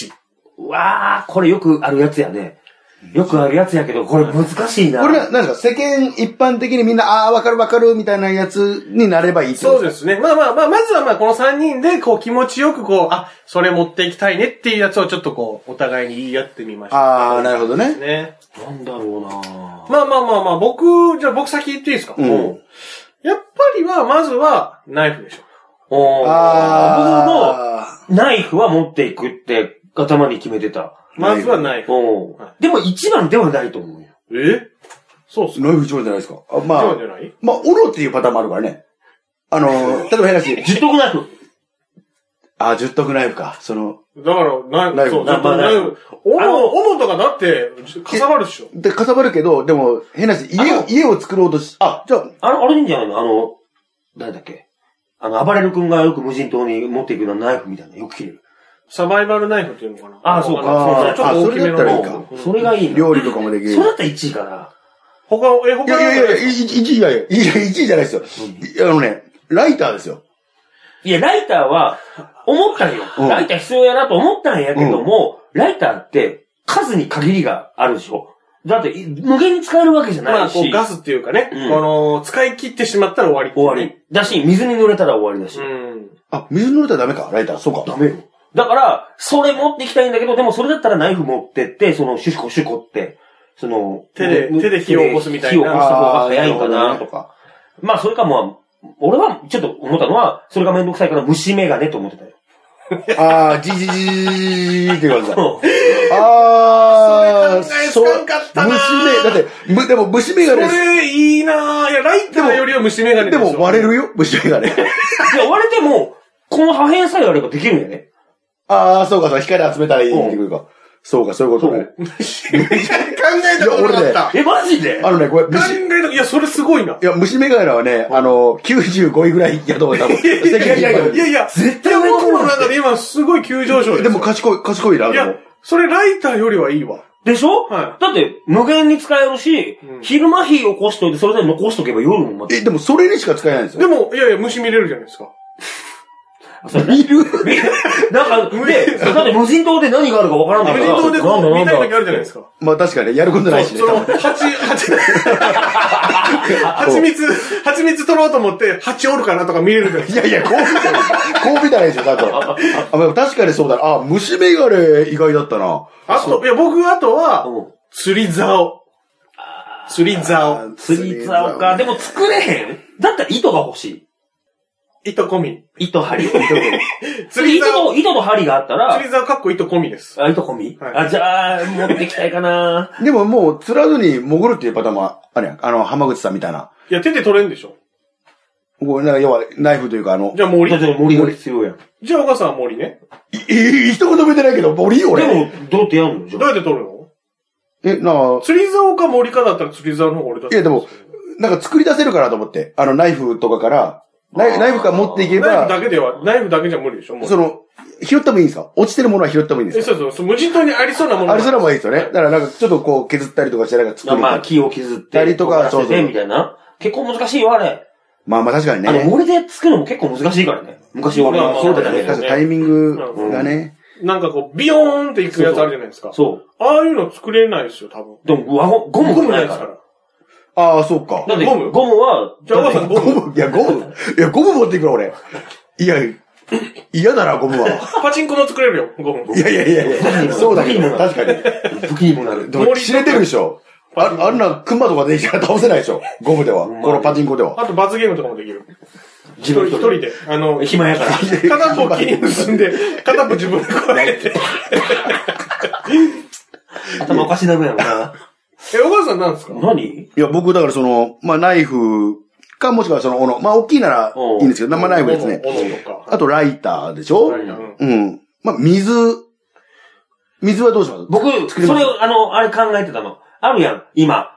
[SPEAKER 1] うわあ、これよくあるやつやね。よくあるやつやけど、これ難しいな。
[SPEAKER 2] これは、なんですか、世間一般的にみんな、ああー、わかるわかる、みたいなやつになればいいってこと
[SPEAKER 3] そうですね。まあまあまあ、まずはまあこの3人でこう気持ちよくこう、あ、それ持っていきたいねっていうやつをちょっとこう、お互いに言い合ってみましょ
[SPEAKER 2] ああ、なるほど
[SPEAKER 3] う。
[SPEAKER 2] ね。
[SPEAKER 3] ね。
[SPEAKER 1] なんだろうな
[SPEAKER 3] まあまあまあまあ、僕、じゃあ僕先言っていいですか、
[SPEAKER 2] うん。
[SPEAKER 3] やっぱりは、まずは、ナイフでしょ。
[SPEAKER 1] おー
[SPEAKER 2] あ
[SPEAKER 1] 僕も、ナイフは持っていくって頭に決めてた。
[SPEAKER 3] まずはナイフ。
[SPEAKER 1] おー
[SPEAKER 3] は
[SPEAKER 1] でも一番ではないと思うよ。
[SPEAKER 3] えそうっす
[SPEAKER 2] あ。
[SPEAKER 3] か
[SPEAKER 2] ナイフ一番じゃないですか。あま
[SPEAKER 3] 一
[SPEAKER 2] あ
[SPEAKER 3] 番じ、ゃない
[SPEAKER 2] まあ、斧っていうパターンもあるからね。あ のー、例えば変な話。
[SPEAKER 1] 十徳ナイフ。
[SPEAKER 2] ああ、十徳ナイフか。その、
[SPEAKER 3] だから、ナ
[SPEAKER 2] ナ
[SPEAKER 3] イ
[SPEAKER 2] イ
[SPEAKER 3] フ、
[SPEAKER 2] フ
[SPEAKER 3] そう、
[SPEAKER 1] ま
[SPEAKER 3] ナ
[SPEAKER 1] あ
[SPEAKER 3] イフ。ナ
[SPEAKER 1] ナ
[SPEAKER 3] イ
[SPEAKER 1] イ
[SPEAKER 3] フ
[SPEAKER 1] フ。
[SPEAKER 3] 斧
[SPEAKER 1] あの
[SPEAKER 3] 斧とかだって、かさばるっしょ。
[SPEAKER 2] で、かさばるけど、でも、変な話、家
[SPEAKER 1] あ
[SPEAKER 2] を、家を作ろうとし、あ、じゃあ、
[SPEAKER 1] あれ、あれいいんじゃないのあの、誰だっけあの、暴れる君がよく無人島に持っていくのはナイフみたいなのよく切れる。
[SPEAKER 3] サバイバルナイフっていうのかな
[SPEAKER 1] あそうか
[SPEAKER 3] わんない
[SPEAKER 2] あ
[SPEAKER 3] ちょっと大き
[SPEAKER 2] そ
[SPEAKER 3] め
[SPEAKER 2] れだったらいい
[SPEAKER 3] の
[SPEAKER 2] か。
[SPEAKER 1] それがいいな。
[SPEAKER 2] 料理とかもできる。
[SPEAKER 1] それだったら1位かな。
[SPEAKER 3] 他、え、他
[SPEAKER 2] いやいやいや、いいいいやいや、いや、1位じゃないですよ。いやあのね、ライターですよ。
[SPEAKER 1] いや、ライターは、思ったんよ。
[SPEAKER 2] うん
[SPEAKER 1] ライター必要やなと思ったんやけども、ライターって数に限りがあるでしょ。だって、い無限に使えるわけじゃ
[SPEAKER 3] ま
[SPEAKER 1] な
[SPEAKER 3] あ、
[SPEAKER 1] い
[SPEAKER 3] こ
[SPEAKER 1] し
[SPEAKER 3] う、。ガスっていうかね、
[SPEAKER 1] うん
[SPEAKER 3] この、使い切ってしまったら終わり。
[SPEAKER 1] 終わり。。だし、水に濡れたら終わりだし。
[SPEAKER 3] うん。
[SPEAKER 2] あ、水に乗れたらダメか、ライター。そうか。
[SPEAKER 1] メよ。だから、それ持ってきたいんだけど、でもそれだったらナイフ持ってって、その、シュコシュコって、その、
[SPEAKER 3] 手で
[SPEAKER 1] む
[SPEAKER 3] 手で火を起こすみたいな
[SPEAKER 1] 火を起こした方が早いのか
[SPEAKER 2] あ
[SPEAKER 1] な
[SPEAKER 2] ー
[SPEAKER 1] と
[SPEAKER 2] るほどね
[SPEAKER 1] か。まあ、それかもう、俺はちょっと思ったのは、それがめんどくさいから虫眼鏡と思って たよ。
[SPEAKER 2] ああ、じじじじじじって言われ た。
[SPEAKER 1] そ
[SPEAKER 2] ああ、
[SPEAKER 3] そういう考えつかんかったなー
[SPEAKER 2] そう虫眼だって、むでも虫眼
[SPEAKER 3] こ
[SPEAKER 2] 鏡です
[SPEAKER 3] れ、いいなぁ。いや、ライターよりは虫眼鏡
[SPEAKER 2] でも割れ
[SPEAKER 3] る。
[SPEAKER 2] るよ、虫眼鏡。
[SPEAKER 1] いや、割れても、この破片さえあればできるんやね。
[SPEAKER 2] ああ、そうか、そうか光集めたらいいってくるか。そうか、そういうことね。
[SPEAKER 3] 考えたことなかった。考
[SPEAKER 1] え、マジで
[SPEAKER 2] あのね、これ、虫、
[SPEAKER 3] えた、いや、それすごいな。
[SPEAKER 2] いや、虫眼鏡はね、あの、95位ぐらいやと思う、多分。い
[SPEAKER 3] いやいやいや、いやいや、
[SPEAKER 1] 絶対
[SPEAKER 3] いや
[SPEAKER 1] 上に来
[SPEAKER 3] 僕
[SPEAKER 1] る
[SPEAKER 3] の中で今すごい急上昇です。
[SPEAKER 2] でも、賢い、賢いな、
[SPEAKER 3] い
[SPEAKER 2] でも
[SPEAKER 3] や。、それライターよりはいいわ。
[SPEAKER 1] でしょ
[SPEAKER 3] は
[SPEAKER 1] だって、無限に使えるし、
[SPEAKER 3] うん
[SPEAKER 1] 昼間火起こしといて、それで残しとけば夜もまた。
[SPEAKER 2] え、でもそれにしか使えないんです
[SPEAKER 3] で
[SPEAKER 2] よ。
[SPEAKER 3] も、いやいや、虫見れるじゃないですか。
[SPEAKER 2] 見る
[SPEAKER 1] なんか、で、だって無人島で何があるかわからん
[SPEAKER 3] 無
[SPEAKER 1] だから。
[SPEAKER 3] 人島でこう、見たい時あるじゃないです
[SPEAKER 1] か。
[SPEAKER 3] か。
[SPEAKER 2] まあ確かに、やることないしね
[SPEAKER 3] そ。の、蜂、蜂、蜂蜜、蜂蜜取ろうと思って、蜂おるかなとか見えるじゃない
[SPEAKER 2] いやいや、こう見たらいい、こう見たらいいでしょ、ちゃんと。あ、まあ確かにそうだな。あ、虫眼鏡意外だったな。
[SPEAKER 3] あと、いや、僕、あとは、
[SPEAKER 1] うん
[SPEAKER 3] 釣り竿。釣り竿。
[SPEAKER 1] 釣り竿か。でも作れへんだったら糸が欲し
[SPEAKER 3] 糸込み。
[SPEAKER 1] い。糸針。
[SPEAKER 3] 釣り
[SPEAKER 1] 糸
[SPEAKER 3] 竿。
[SPEAKER 1] と、糸と針があった
[SPEAKER 3] 釣
[SPEAKER 1] ら、
[SPEAKER 3] り竿かっこ糸込みです。
[SPEAKER 1] あ、糸込み
[SPEAKER 3] はい
[SPEAKER 1] あ、じゃあ、持ってきたいかな。
[SPEAKER 2] でももう、釣らずに潜るっていうパターンもあるやん。あの、浜口さんみたいな。
[SPEAKER 3] いや、手で取れんでしょ。
[SPEAKER 2] こうなんか要は、ナイフというか、あの
[SPEAKER 3] じ、ゃあ森
[SPEAKER 1] だっ。て森が必要やん。で
[SPEAKER 3] じゃあお母さんは森ね。
[SPEAKER 2] いいい一言も言ってないけど、森よ、俺。
[SPEAKER 1] も、どうやってやるのじゃ
[SPEAKER 3] ど
[SPEAKER 1] あ
[SPEAKER 3] うやって取るの
[SPEAKER 2] え、なあ、
[SPEAKER 3] 釣り竿か森かだったら釣り竿の方が俺だっ
[SPEAKER 2] い
[SPEAKER 3] た
[SPEAKER 2] やでも、なんか作り出せるかなと思って。あの、ナイフとかから、ナイナイフから持っていけ
[SPEAKER 3] ナイフ
[SPEAKER 2] ば、
[SPEAKER 3] だけでは、ナイフだけじゃ無理でしょもう
[SPEAKER 2] その、拾ってもいいんですか落ちてるものは拾ってもいいんで
[SPEAKER 3] え
[SPEAKER 2] すか
[SPEAKER 3] そうそうそう、無人島にありそうなもの。
[SPEAKER 2] あれそれ
[SPEAKER 3] な
[SPEAKER 2] もいいですよね。だからなんかちょっとこう削ったりとかしてなんか作るみ
[SPEAKER 1] ま
[SPEAKER 2] た
[SPEAKER 1] あ、
[SPEAKER 2] いな。
[SPEAKER 1] 木を削って。
[SPEAKER 2] やりとか
[SPEAKER 1] 凍らせ
[SPEAKER 2] そう
[SPEAKER 1] て
[SPEAKER 2] そう
[SPEAKER 1] みたいな。結構難しいよ、あれ。
[SPEAKER 2] まあまあ確かにね。
[SPEAKER 1] あの、森で作るのも結構難しいからね。昔俺
[SPEAKER 3] まあま
[SPEAKER 1] は
[SPEAKER 3] あ
[SPEAKER 1] そう
[SPEAKER 2] 確
[SPEAKER 1] だ
[SPEAKER 2] か
[SPEAKER 1] よ
[SPEAKER 2] に
[SPEAKER 1] ね。
[SPEAKER 2] タイミングがね。
[SPEAKER 3] んかこう、ビヨーンっていくやつあるじゃないですか。
[SPEAKER 1] そう。
[SPEAKER 3] ああいうの作れないですよ、多
[SPEAKER 1] で
[SPEAKER 3] 分。
[SPEAKER 1] も、ワゴン、ゴム
[SPEAKER 3] 僕
[SPEAKER 1] が
[SPEAKER 3] もな
[SPEAKER 1] ないい
[SPEAKER 3] です
[SPEAKER 1] か。
[SPEAKER 3] からら。
[SPEAKER 2] ああ、そうか。
[SPEAKER 1] だって、
[SPEAKER 3] ゴ
[SPEAKER 1] ゴ
[SPEAKER 3] ム
[SPEAKER 1] ムは、
[SPEAKER 3] じゃあ、おばさん、
[SPEAKER 2] ゴ
[SPEAKER 3] 僕、
[SPEAKER 2] ム、いや、ゴム、いや、ゴム持っていくわ、俺。いや、嫌だな、ゴムは。
[SPEAKER 3] パチンコも作れるよ、ゴム。
[SPEAKER 2] いやいやいやいや、そうだけど、確かに。
[SPEAKER 1] 武器にもなる。
[SPEAKER 2] でも、知れてるでしょ。ああんな、クマとかできたら倒せないでしょ。ゴムでは。このパチンコでは。
[SPEAKER 3] あと罰ゲームとかもできる。
[SPEAKER 1] 自
[SPEAKER 3] 一人
[SPEAKER 1] 分
[SPEAKER 3] 一
[SPEAKER 1] 一
[SPEAKER 3] 人
[SPEAKER 1] 人で。
[SPEAKER 3] で。あの、
[SPEAKER 1] 暇やから。
[SPEAKER 3] 片方木に結んで、片方自分でこうやって。
[SPEAKER 1] 頭おかしなぐらいな。
[SPEAKER 3] え、お母さんなんですか
[SPEAKER 1] 何
[SPEAKER 2] いや、僕、だからその、まあ、ナイフか、もしくはその、斧。まあ、大きいならいいんですけど、まあ、ナイフですね。
[SPEAKER 3] 斧とか。
[SPEAKER 2] あと、ライターでしょ
[SPEAKER 1] ライター
[SPEAKER 2] うん。まあ、水。水はどうします
[SPEAKER 1] 僕、そ
[SPEAKER 2] ります
[SPEAKER 1] れを、あの、あれ考えてたの。あるやん、今。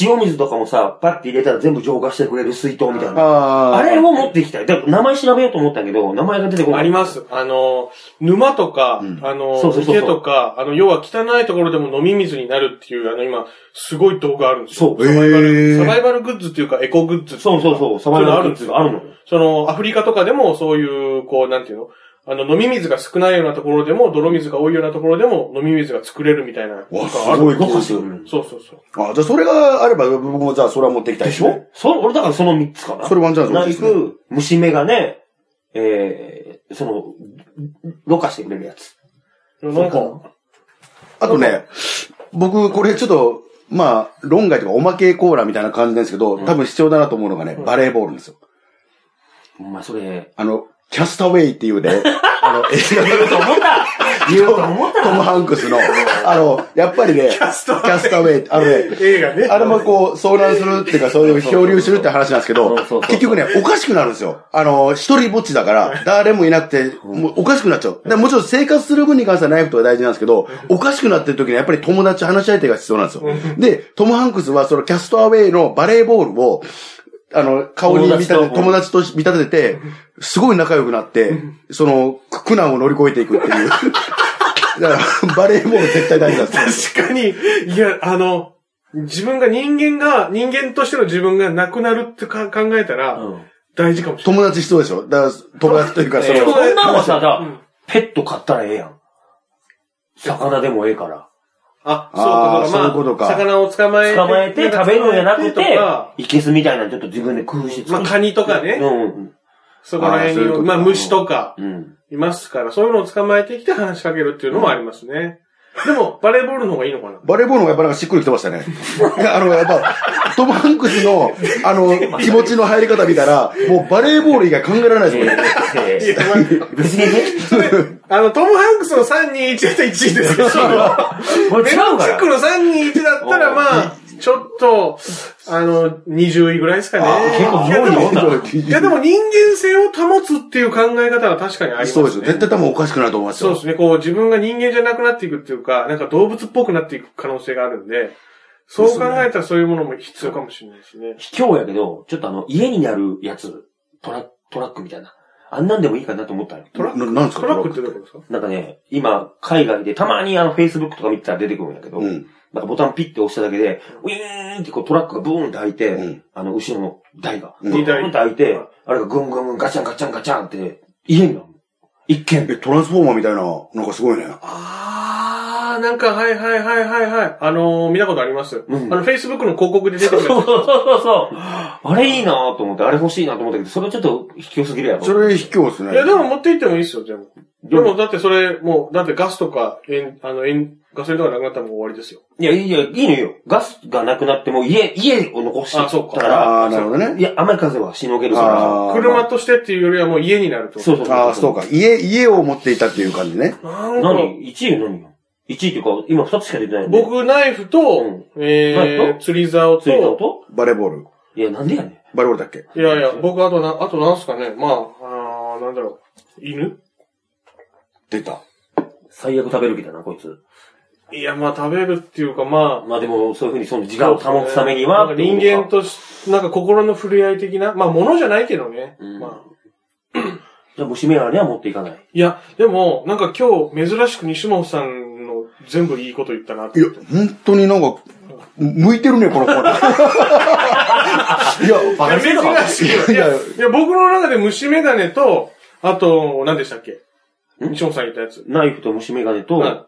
[SPEAKER 1] 塩水とかもさ、パッて入れたら全部浄化してくれる水筒みたいな。
[SPEAKER 2] あ
[SPEAKER 1] あ
[SPEAKER 2] あ
[SPEAKER 1] れを持ってきたい。だから名前調べようと思ったけど、名前が出てこない。
[SPEAKER 3] あります。あの、沼とか、あの
[SPEAKER 1] そう、そうそうそう
[SPEAKER 3] 池とか、あの、要は汚いところでも飲み水になるっていう、あの、今、すごい動画あるんですよ。
[SPEAKER 1] そう。
[SPEAKER 2] ええ
[SPEAKER 3] サバイバルグッズっていうか、エコグッズ。
[SPEAKER 1] そうそうそう、サバイバルグッズがあるの。
[SPEAKER 3] その、アフリカとかでも、そういう、こう、なんていうのあの、飲み水が少ないようなところでも、泥水が多いようなところでも、飲み水が作れるみたいな。
[SPEAKER 2] わ、すごい
[SPEAKER 1] 動
[SPEAKER 2] 技
[SPEAKER 1] かしてくれる。
[SPEAKER 2] 術。
[SPEAKER 3] そうそうそう。
[SPEAKER 2] あ、じゃあそれがあれば、僕もじゃあそれは持ってきたい
[SPEAKER 1] で
[SPEAKER 2] で
[SPEAKER 1] しょそ、俺だからその3つかな。
[SPEAKER 2] それワンチャンス多
[SPEAKER 1] ナ
[SPEAKER 2] いで
[SPEAKER 1] イ
[SPEAKER 2] すね
[SPEAKER 1] フ、虫眼鏡、えー、その、ろ過してくれるやつ。
[SPEAKER 3] なんか、
[SPEAKER 2] あとね、僕、これちょっと、まあ、論外とかおまけコーラみたいな感じなんですけど、多分必要だなと思うのがね、バレーボールなんですよ。
[SPEAKER 1] お前それ、
[SPEAKER 2] あの、キャスタウェイっていうね、あの、映画
[SPEAKER 1] 言うと思った言うと思った
[SPEAKER 2] トム・ハンクスの、あの、やっぱりね、キャスタウェイ、あのね、
[SPEAKER 3] 映画ね。
[SPEAKER 2] あれもこう、遭難するっていうか、そういう漂流するって話なんですけど
[SPEAKER 1] そうそうそう、
[SPEAKER 2] 結局ね、おかしくなるんですよ。あの、一人ぼっちだから、誰もいなくて、もうおかしくなっちゃう。でもちろん生活する分に関してはナイフとか大事なんですけど、おかしくなってる時にはやっぱり友達、話し相手が必要なんですよ。で、トム・ハンクスはそのキャストアウェイのバレーボールを、あの、顔に見立て、友
[SPEAKER 1] 友
[SPEAKER 2] 達と見立てて、すごい仲良くなって、その、苦難を乗り越えていくって いう。だから、バレーボール絶対大事なんですよ。
[SPEAKER 3] 確かに、いや、あの、自分が人間が、人間としての自分がなくなるってか考えたら、
[SPEAKER 1] うん
[SPEAKER 3] 大事かもしれない。
[SPEAKER 2] 友達必要でしょだから、友達というか、そ
[SPEAKER 1] そ
[SPEAKER 2] の、
[SPEAKER 1] んなのはさ、だ
[SPEAKER 3] うん
[SPEAKER 1] ペット飼ったらええやん。魚でもええから。
[SPEAKER 3] あ、
[SPEAKER 2] あー
[SPEAKER 3] そうか、まあ、
[SPEAKER 2] そういうことか
[SPEAKER 3] 魚を捕まえて、
[SPEAKER 1] 捕まえて食べるんじゃなく
[SPEAKER 3] と
[SPEAKER 1] て
[SPEAKER 3] か、
[SPEAKER 1] いけすみたいなのちょっと自分で工夫して
[SPEAKER 3] まあ、
[SPEAKER 1] 作
[SPEAKER 3] カニとかね、
[SPEAKER 1] うん。
[SPEAKER 3] そこら
[SPEAKER 2] あーそうい
[SPEAKER 3] 辺に
[SPEAKER 2] うことか
[SPEAKER 3] まあ、虫とか、
[SPEAKER 1] うん。
[SPEAKER 3] いますから、そういうのを捕まえてきて話しかけるっていうのもありますね。でも、バレーボールの方がいいのかな
[SPEAKER 2] バレーボールの方がやっぱなんかしっくりきてましたね。いや、あの、やっぱ、トム・ハンクスの、あの、気持ちの入り方見たら、もうバレーボール以外考えられないですもんね。
[SPEAKER 1] えー別にね、
[SPEAKER 3] あの、トム・ハンクスの321だったら1位ですよ。
[SPEAKER 1] これ
[SPEAKER 3] メ
[SPEAKER 1] 違
[SPEAKER 3] ロ
[SPEAKER 1] う
[SPEAKER 3] ンチ
[SPEAKER 1] か
[SPEAKER 3] ック
[SPEAKER 1] ら。
[SPEAKER 3] の321だったら、まあ、ちょっと、あの、20位ぐらいですかね。
[SPEAKER 1] 結構上位
[SPEAKER 3] いや
[SPEAKER 1] よ
[SPEAKER 3] でもいや、でも人間性を保つっていう考え方は確かにありますね。
[SPEAKER 2] そうですよ。絶対多分おかしくないと思います
[SPEAKER 3] そう
[SPEAKER 2] よ
[SPEAKER 3] で。すね。こう、自分が人間じゃなくなっていくっていうか、なんか動物っぽくなっていく可能性があるんで、そう考えたらそういうものも必要かもしれないですね。
[SPEAKER 1] 卑怯やけど、ちょっとあの、家になるやつ、トラトラックみたいな。あんなんでもいいかなと思ったよ。
[SPEAKER 3] トラック
[SPEAKER 2] ななんですか
[SPEAKER 3] トラックってどこですか
[SPEAKER 1] なんかね、今、海外でたまにあの、Facebook とか見てたら出てくるんやけど、
[SPEAKER 2] うん。
[SPEAKER 1] なんかボタンピッて押しただけで、ウィーンってこうトラックがブーンって開いて、
[SPEAKER 2] うん
[SPEAKER 1] あの、後ろの台が、
[SPEAKER 2] う
[SPEAKER 1] ブ
[SPEAKER 2] ん
[SPEAKER 1] ーンって開いて、あれがぐんぐんぐんガチャンガチャンガチャンって、家になる。一見。
[SPEAKER 2] え、トランスフォーマーみたいな、なんかすごいね。
[SPEAKER 3] あー、なんか、はいはいはいはいはい。あのー、見たことあります。
[SPEAKER 1] うん
[SPEAKER 3] あの、Facebook の広告で出てくる
[SPEAKER 1] そ
[SPEAKER 3] や
[SPEAKER 1] うそうそうそう。あれいいなと思って、あれ欲しいなと思ったけど、それちょっと卑怯すぎるやろ。
[SPEAKER 2] それ卑怯ですね。
[SPEAKER 3] つ。いや、でも、持って行ってもいいですよ、全部。で
[SPEAKER 1] でも
[SPEAKER 3] も、だってそれ、もう、だってガスとか、えあの、えガソリンとかなくなったらもう終わりですよ。
[SPEAKER 1] いや、いいよ、いいのよ。ガスがなくなっても家、家を残して
[SPEAKER 3] あそうか
[SPEAKER 1] たら、
[SPEAKER 2] ああ、なるほど
[SPEAKER 1] い
[SPEAKER 2] ね。
[SPEAKER 1] や、雨風はしのげるか
[SPEAKER 2] ああ。
[SPEAKER 3] 車としてっていうよりはもう家になると。
[SPEAKER 1] ら。そうそう
[SPEAKER 2] ああ、そうか。家、家を持っていたっていう感じね。
[SPEAKER 3] なんか、
[SPEAKER 1] 何 ?1 位何よ ?1 位っていうか、今2つしか出てないんで。
[SPEAKER 3] 僕、ナイフと、
[SPEAKER 1] うんナイ
[SPEAKER 3] え
[SPEAKER 1] フ
[SPEAKER 3] ー、釣り竿
[SPEAKER 1] ついた
[SPEAKER 3] と、
[SPEAKER 1] 音
[SPEAKER 2] バレーボール。
[SPEAKER 1] いや、なんでやねん。
[SPEAKER 2] バレーボールだっけ
[SPEAKER 3] いやいや、僕、あとな、あとなんすかね、まあ、あーなんだろう、犬
[SPEAKER 2] 出た。
[SPEAKER 1] 最悪食べる気だな、こいつ。
[SPEAKER 3] いや、まあ、食べるっていうか、まあ、
[SPEAKER 1] まあでも、そういうふうにその自我を保つためには、
[SPEAKER 3] なんか人間とし、なんか心の触れ合い的な、まあ、ものじゃないけどね。
[SPEAKER 1] うん
[SPEAKER 3] まあ、
[SPEAKER 1] じゃあ、虫眼鏡は持っていかない。
[SPEAKER 3] いや、でも、なんか今日、珍しく西本さんの全部いいこと言ったなって
[SPEAKER 2] いや、本当になんか、向いてるね、この子。いや、バカにしてんのか
[SPEAKER 3] 珍しく。い
[SPEAKER 2] いや
[SPEAKER 3] や、
[SPEAKER 2] いや
[SPEAKER 3] いや僕の中で虫眼鏡と、あと、何でしたっけ
[SPEAKER 1] ん
[SPEAKER 3] 西本さん言ったやつ。
[SPEAKER 1] ナイフと虫眼鏡と、
[SPEAKER 3] はい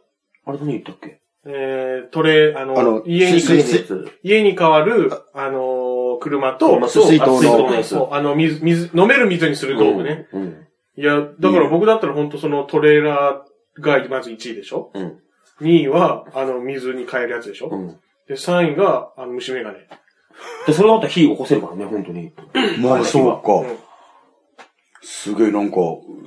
[SPEAKER 1] あれ何言ったっけ
[SPEAKER 3] えー、トレー、あの、
[SPEAKER 2] あの
[SPEAKER 3] 家に
[SPEAKER 2] 水水
[SPEAKER 1] 水のやつ
[SPEAKER 3] 家に変わる、あのー車と、
[SPEAKER 1] まあ
[SPEAKER 2] 水筒
[SPEAKER 1] あ
[SPEAKER 2] の
[SPEAKER 1] 水筒のやつ。
[SPEAKER 3] そうあの、水、水、飲める水にする道具ね。
[SPEAKER 1] うん。
[SPEAKER 3] いや、だから僕だったら本当そのトレーラーがまず1位でしょ
[SPEAKER 1] うん。
[SPEAKER 3] ?2 位は、あの、水に変えるやつでしょ、
[SPEAKER 1] うん。うん。
[SPEAKER 3] で、3位が、あの、虫眼鏡。
[SPEAKER 1] で、それだったら火起こせるからね、本当に。
[SPEAKER 2] まあ、そう
[SPEAKER 3] う
[SPEAKER 2] か。
[SPEAKER 3] ん
[SPEAKER 2] すげえ、なんか、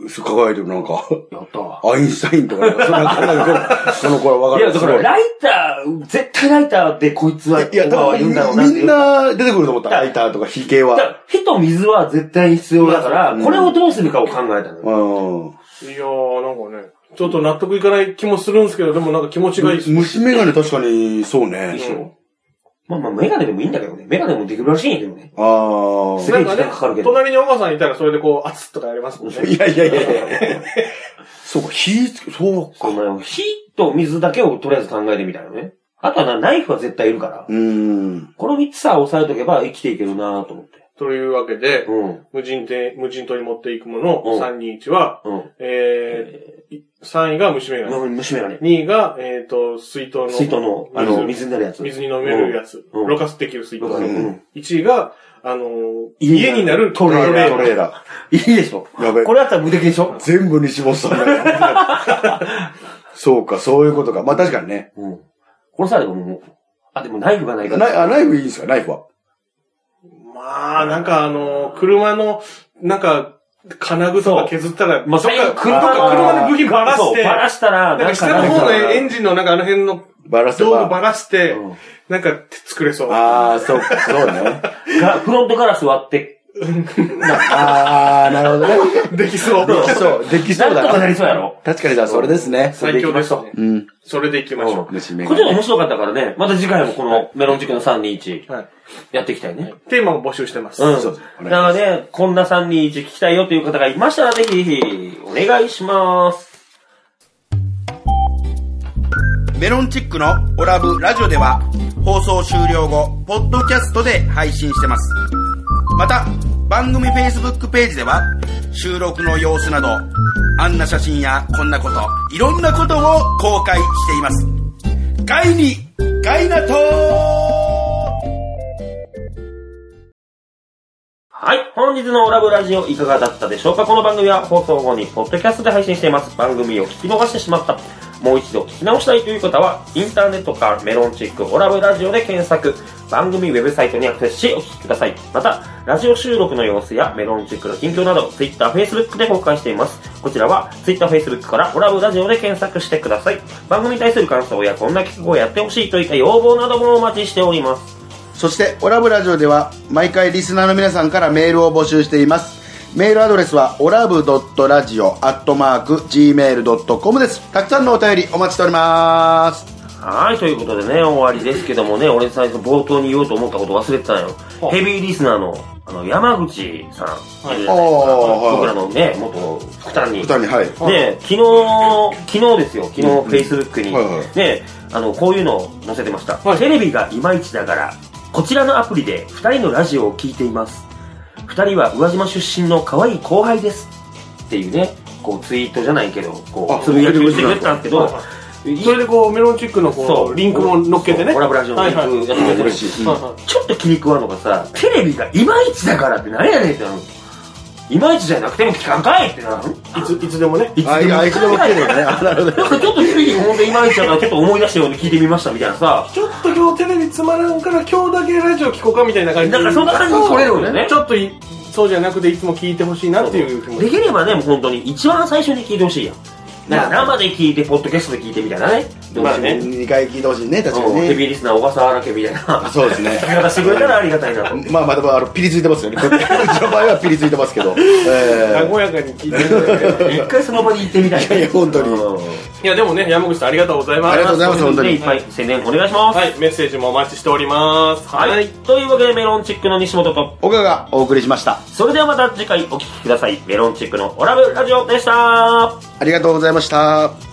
[SPEAKER 2] す輝いてる、なんか、
[SPEAKER 1] やったわ。
[SPEAKER 2] アインシュタインとか、なんかそんななんかその子はわ
[SPEAKER 1] い
[SPEAKER 2] か
[SPEAKER 1] や、
[SPEAKER 2] る。
[SPEAKER 1] だから、ライター、絶対ライターでこいつは、
[SPEAKER 2] いや、
[SPEAKER 1] オバは言うんだろ
[SPEAKER 2] 多
[SPEAKER 1] うなって
[SPEAKER 2] 分、
[SPEAKER 1] い
[SPEAKER 2] み
[SPEAKER 1] うん
[SPEAKER 2] な出てくると思った。ライターとか、火系
[SPEAKER 1] だか
[SPEAKER 2] は。
[SPEAKER 1] ら火と水は絶対に必要だから、
[SPEAKER 2] うん
[SPEAKER 1] これをどうするかを考えたのよ。
[SPEAKER 2] うん。
[SPEAKER 3] いやー、なんかね、ちょっと納得いかない気もするんですけど、でもなんか気持ちがいいです。
[SPEAKER 2] 虫眼鏡確かに、そう
[SPEAKER 3] で
[SPEAKER 2] ね。
[SPEAKER 3] しょ
[SPEAKER 1] まあまあ、メガネでもいいんだけどね。メガネもできるらしいんやけどね。
[SPEAKER 2] ああ。
[SPEAKER 1] すげえ時間かかるけど。
[SPEAKER 3] 隣におばさんいたらそれでこう、あつっとかやりますもんね。
[SPEAKER 2] いやいやいやいや。そうか、火つけ、そう
[SPEAKER 1] そ
[SPEAKER 2] か。
[SPEAKER 1] の火と水だけをとりあえず考えてみたのね。あとはなナイフは絶対いるから。
[SPEAKER 2] うん。
[SPEAKER 1] この3つさ、押さえとけば生きていけるなと思って。
[SPEAKER 3] というわけで、
[SPEAKER 1] うん。
[SPEAKER 3] 無人島、無人島に持っていくもの、
[SPEAKER 1] うん
[SPEAKER 3] 3、2、1は、
[SPEAKER 1] うん。
[SPEAKER 3] えー、3位が虫眼鏡。
[SPEAKER 1] む虫眼鏡。
[SPEAKER 3] 2位が、えっ、と、水筒の。
[SPEAKER 1] 水筒の、あの、水になるやつ。
[SPEAKER 3] 水に飲めるやつ。
[SPEAKER 1] うん
[SPEAKER 3] ろ過できる水筒。
[SPEAKER 1] うん
[SPEAKER 2] うん
[SPEAKER 3] 1位が、あのー
[SPEAKER 1] 家
[SPEAKER 3] 家
[SPEAKER 1] に
[SPEAKER 3] に
[SPEAKER 1] な
[SPEAKER 3] な
[SPEAKER 1] る
[SPEAKER 3] る
[SPEAKER 1] ト
[SPEAKER 3] ト
[SPEAKER 1] レ
[SPEAKER 3] レ
[SPEAKER 1] ー
[SPEAKER 3] ー
[SPEAKER 1] ラ
[SPEAKER 3] ラ
[SPEAKER 1] ー
[SPEAKER 3] ー。
[SPEAKER 2] トレーラ
[SPEAKER 1] いいでしょ。
[SPEAKER 2] ー。やべ
[SPEAKER 1] こ。れだったら無敵でしょ
[SPEAKER 2] 全部西本さん だよそうか、そういうことか。まあ確かにね。
[SPEAKER 1] うん。これさ、でももう、あ、でもナイフがないか
[SPEAKER 2] ナイ
[SPEAKER 1] ら。
[SPEAKER 2] あナイフいいんですかナイフは。
[SPEAKER 3] まあ、なんかあのー車の、なんか、金具とか削ったら、
[SPEAKER 1] まあ、
[SPEAKER 3] どっ
[SPEAKER 1] 最
[SPEAKER 3] か、
[SPEAKER 1] 後、
[SPEAKER 3] どっか車で部品ばら
[SPEAKER 1] そ
[SPEAKER 3] し
[SPEAKER 1] う
[SPEAKER 3] て、
[SPEAKER 1] ばらしたら、
[SPEAKER 3] なんか下の方のエンジンのなんかあの辺の
[SPEAKER 2] バラせ
[SPEAKER 3] 道具ば
[SPEAKER 2] ば。
[SPEAKER 3] らして、
[SPEAKER 1] うん
[SPEAKER 3] なんか作れそう。
[SPEAKER 2] ああ、そうか、そうね。
[SPEAKER 1] がフロントガラス割って、
[SPEAKER 2] ああ、なるほどね。
[SPEAKER 3] できそう。
[SPEAKER 2] できそう、でき
[SPEAKER 1] な
[SPEAKER 2] そ
[SPEAKER 1] ん
[SPEAKER 2] う
[SPEAKER 1] とか
[SPEAKER 2] だ
[SPEAKER 1] なり
[SPEAKER 2] ね。
[SPEAKER 1] そうやろ。
[SPEAKER 2] 確かにじゃあそれですね。
[SPEAKER 3] 最強ですね。
[SPEAKER 2] うん。
[SPEAKER 3] それでいきましょ
[SPEAKER 1] こ
[SPEAKER 2] 虫
[SPEAKER 1] れ
[SPEAKER 2] 眼
[SPEAKER 1] ちょっと
[SPEAKER 2] 鏡。
[SPEAKER 1] 面白かったからね、また次回もこのメロンチックの321
[SPEAKER 3] う。はい。
[SPEAKER 1] やっていきたいね。
[SPEAKER 3] テーマを募集してます。
[SPEAKER 1] うん。
[SPEAKER 2] そうですね
[SPEAKER 1] なので、こんな321聞きたいよという方がいましたら、ぜひぜひ、お願いします。
[SPEAKER 4] メロンチックのオラブラジオでは放送終了後、ポッドキャストで配信してます。また、番組 Facebook ページでは収録の様子など、あんな写真やこんなこと、いろんなことを公開しています。ガイに、ガイナトー
[SPEAKER 1] はい。本日のオラブラジオいかがだったでしょうかこの番組は放送後にポッドキャストで配信しています。番組を聞き逃してしまった。もう一度聞き直したいという方は、インターネットからメロンチックオラブラジオで検索、番組ウェブサイトにアクセスしお聞きください。また、ラジオ収録の様子やメロンチックの近況など、Twitter、Facebook で公開しています。こちらは Twitter、Facebook からオラブラジオで検索してください。番組に対する感想やこんな企画をやってほしいといった要望などもお待ちしております。
[SPEAKER 2] そして、オラブラジオでは、毎回リスナーの皆さんからメールを募集しています。メールアドレスは、オラブドットラジオアットマーク、gmail.com です。たくさんのお便りお待ちしております。
[SPEAKER 1] はい、ということでね、終わりですけどもね、俺最初冒頭に言おうと思ったこと忘れてたよ。
[SPEAKER 3] はあ
[SPEAKER 1] ヘビーリスナーの、あの、山口さん、
[SPEAKER 3] はい
[SPEAKER 1] いるじ
[SPEAKER 2] あ
[SPEAKER 1] ゃ
[SPEAKER 2] あ、
[SPEAKER 1] ないですか僕ら
[SPEAKER 2] はい。
[SPEAKER 1] のね、元副担任
[SPEAKER 2] 二。人、はい。
[SPEAKER 3] はい
[SPEAKER 1] で、昨日、昨日ですよ、昨日、
[SPEAKER 2] うんうん
[SPEAKER 1] Facebook に、
[SPEAKER 2] はいはい
[SPEAKER 1] ね、あの、こういうのを載せてました。
[SPEAKER 3] はい
[SPEAKER 1] テレビがいまいちだから、こちらのアプリで2人のラジオを聞いています。2人は宇和島出身の可愛い後輩です。っていうね、こう、ツイートじゃないけど、こ
[SPEAKER 2] あ
[SPEAKER 1] う、つぶやきをしてくれてたんですけど、い
[SPEAKER 3] それでこう、メロンチックのこ
[SPEAKER 1] そう
[SPEAKER 3] う、リンクも乗っけてね。
[SPEAKER 1] そうオラブラジオのリンク
[SPEAKER 3] はいはい
[SPEAKER 1] やってくれてる
[SPEAKER 2] 嬉しい。うん
[SPEAKER 3] はいはい
[SPEAKER 1] ちょっと気に食わんのがさテレビがいまいちだからってなんやねんってなるいまいちじゃなくても聞かんかいってなる
[SPEAKER 3] いつ、いつでもね。
[SPEAKER 2] あいあいつでも来てる よね。あなるほど。
[SPEAKER 1] だからちょっとテレビほんといまいちだからちょっと思い出したように聞いてみましたみたいなさ
[SPEAKER 3] ちょっと今日テレビつまらんから今日だけラジオ聞こうかみたいな感じで
[SPEAKER 1] なんかそんな感じに取れるんだよね
[SPEAKER 3] ちょっといそうじゃなくていつも聞いてほしいなっていう気持
[SPEAKER 1] で
[SPEAKER 3] ち。
[SPEAKER 1] きればねもう本当に一番最初に聞いてほしいやんだから生で聞いてポッドキャストで聞いてみたいなねどうしね。
[SPEAKER 2] 2回聞いてほしいね、確か
[SPEAKER 1] うん
[SPEAKER 2] に
[SPEAKER 1] ヘ
[SPEAKER 2] ね。
[SPEAKER 1] ビーリスナー、小笠原家みたい な。
[SPEAKER 2] そうですね。
[SPEAKER 1] 言い方してくれたらありがたいなと。
[SPEAKER 2] まあまあ、でもあの、ピリついてますよね。こ っちの場合はピリついてますけど。え
[SPEAKER 3] 和やかに聞いてるんだよ ね
[SPEAKER 1] 一回その場に行ってみたい。
[SPEAKER 2] いやいや本当に
[SPEAKER 1] うん
[SPEAKER 3] いや、でもね、山口さんありがとうございます。
[SPEAKER 2] ありがとうございます本当に
[SPEAKER 1] いっぱい宣伝お願いします。
[SPEAKER 3] はい、メッセージもお待ちしております。
[SPEAKER 1] はい。というわけで、メロンチックの西本と、
[SPEAKER 2] ー、岡がお送りしました。
[SPEAKER 1] それではまた次回お聴きください。メロンチックのオラブラジオでした。
[SPEAKER 2] ありがとうございました。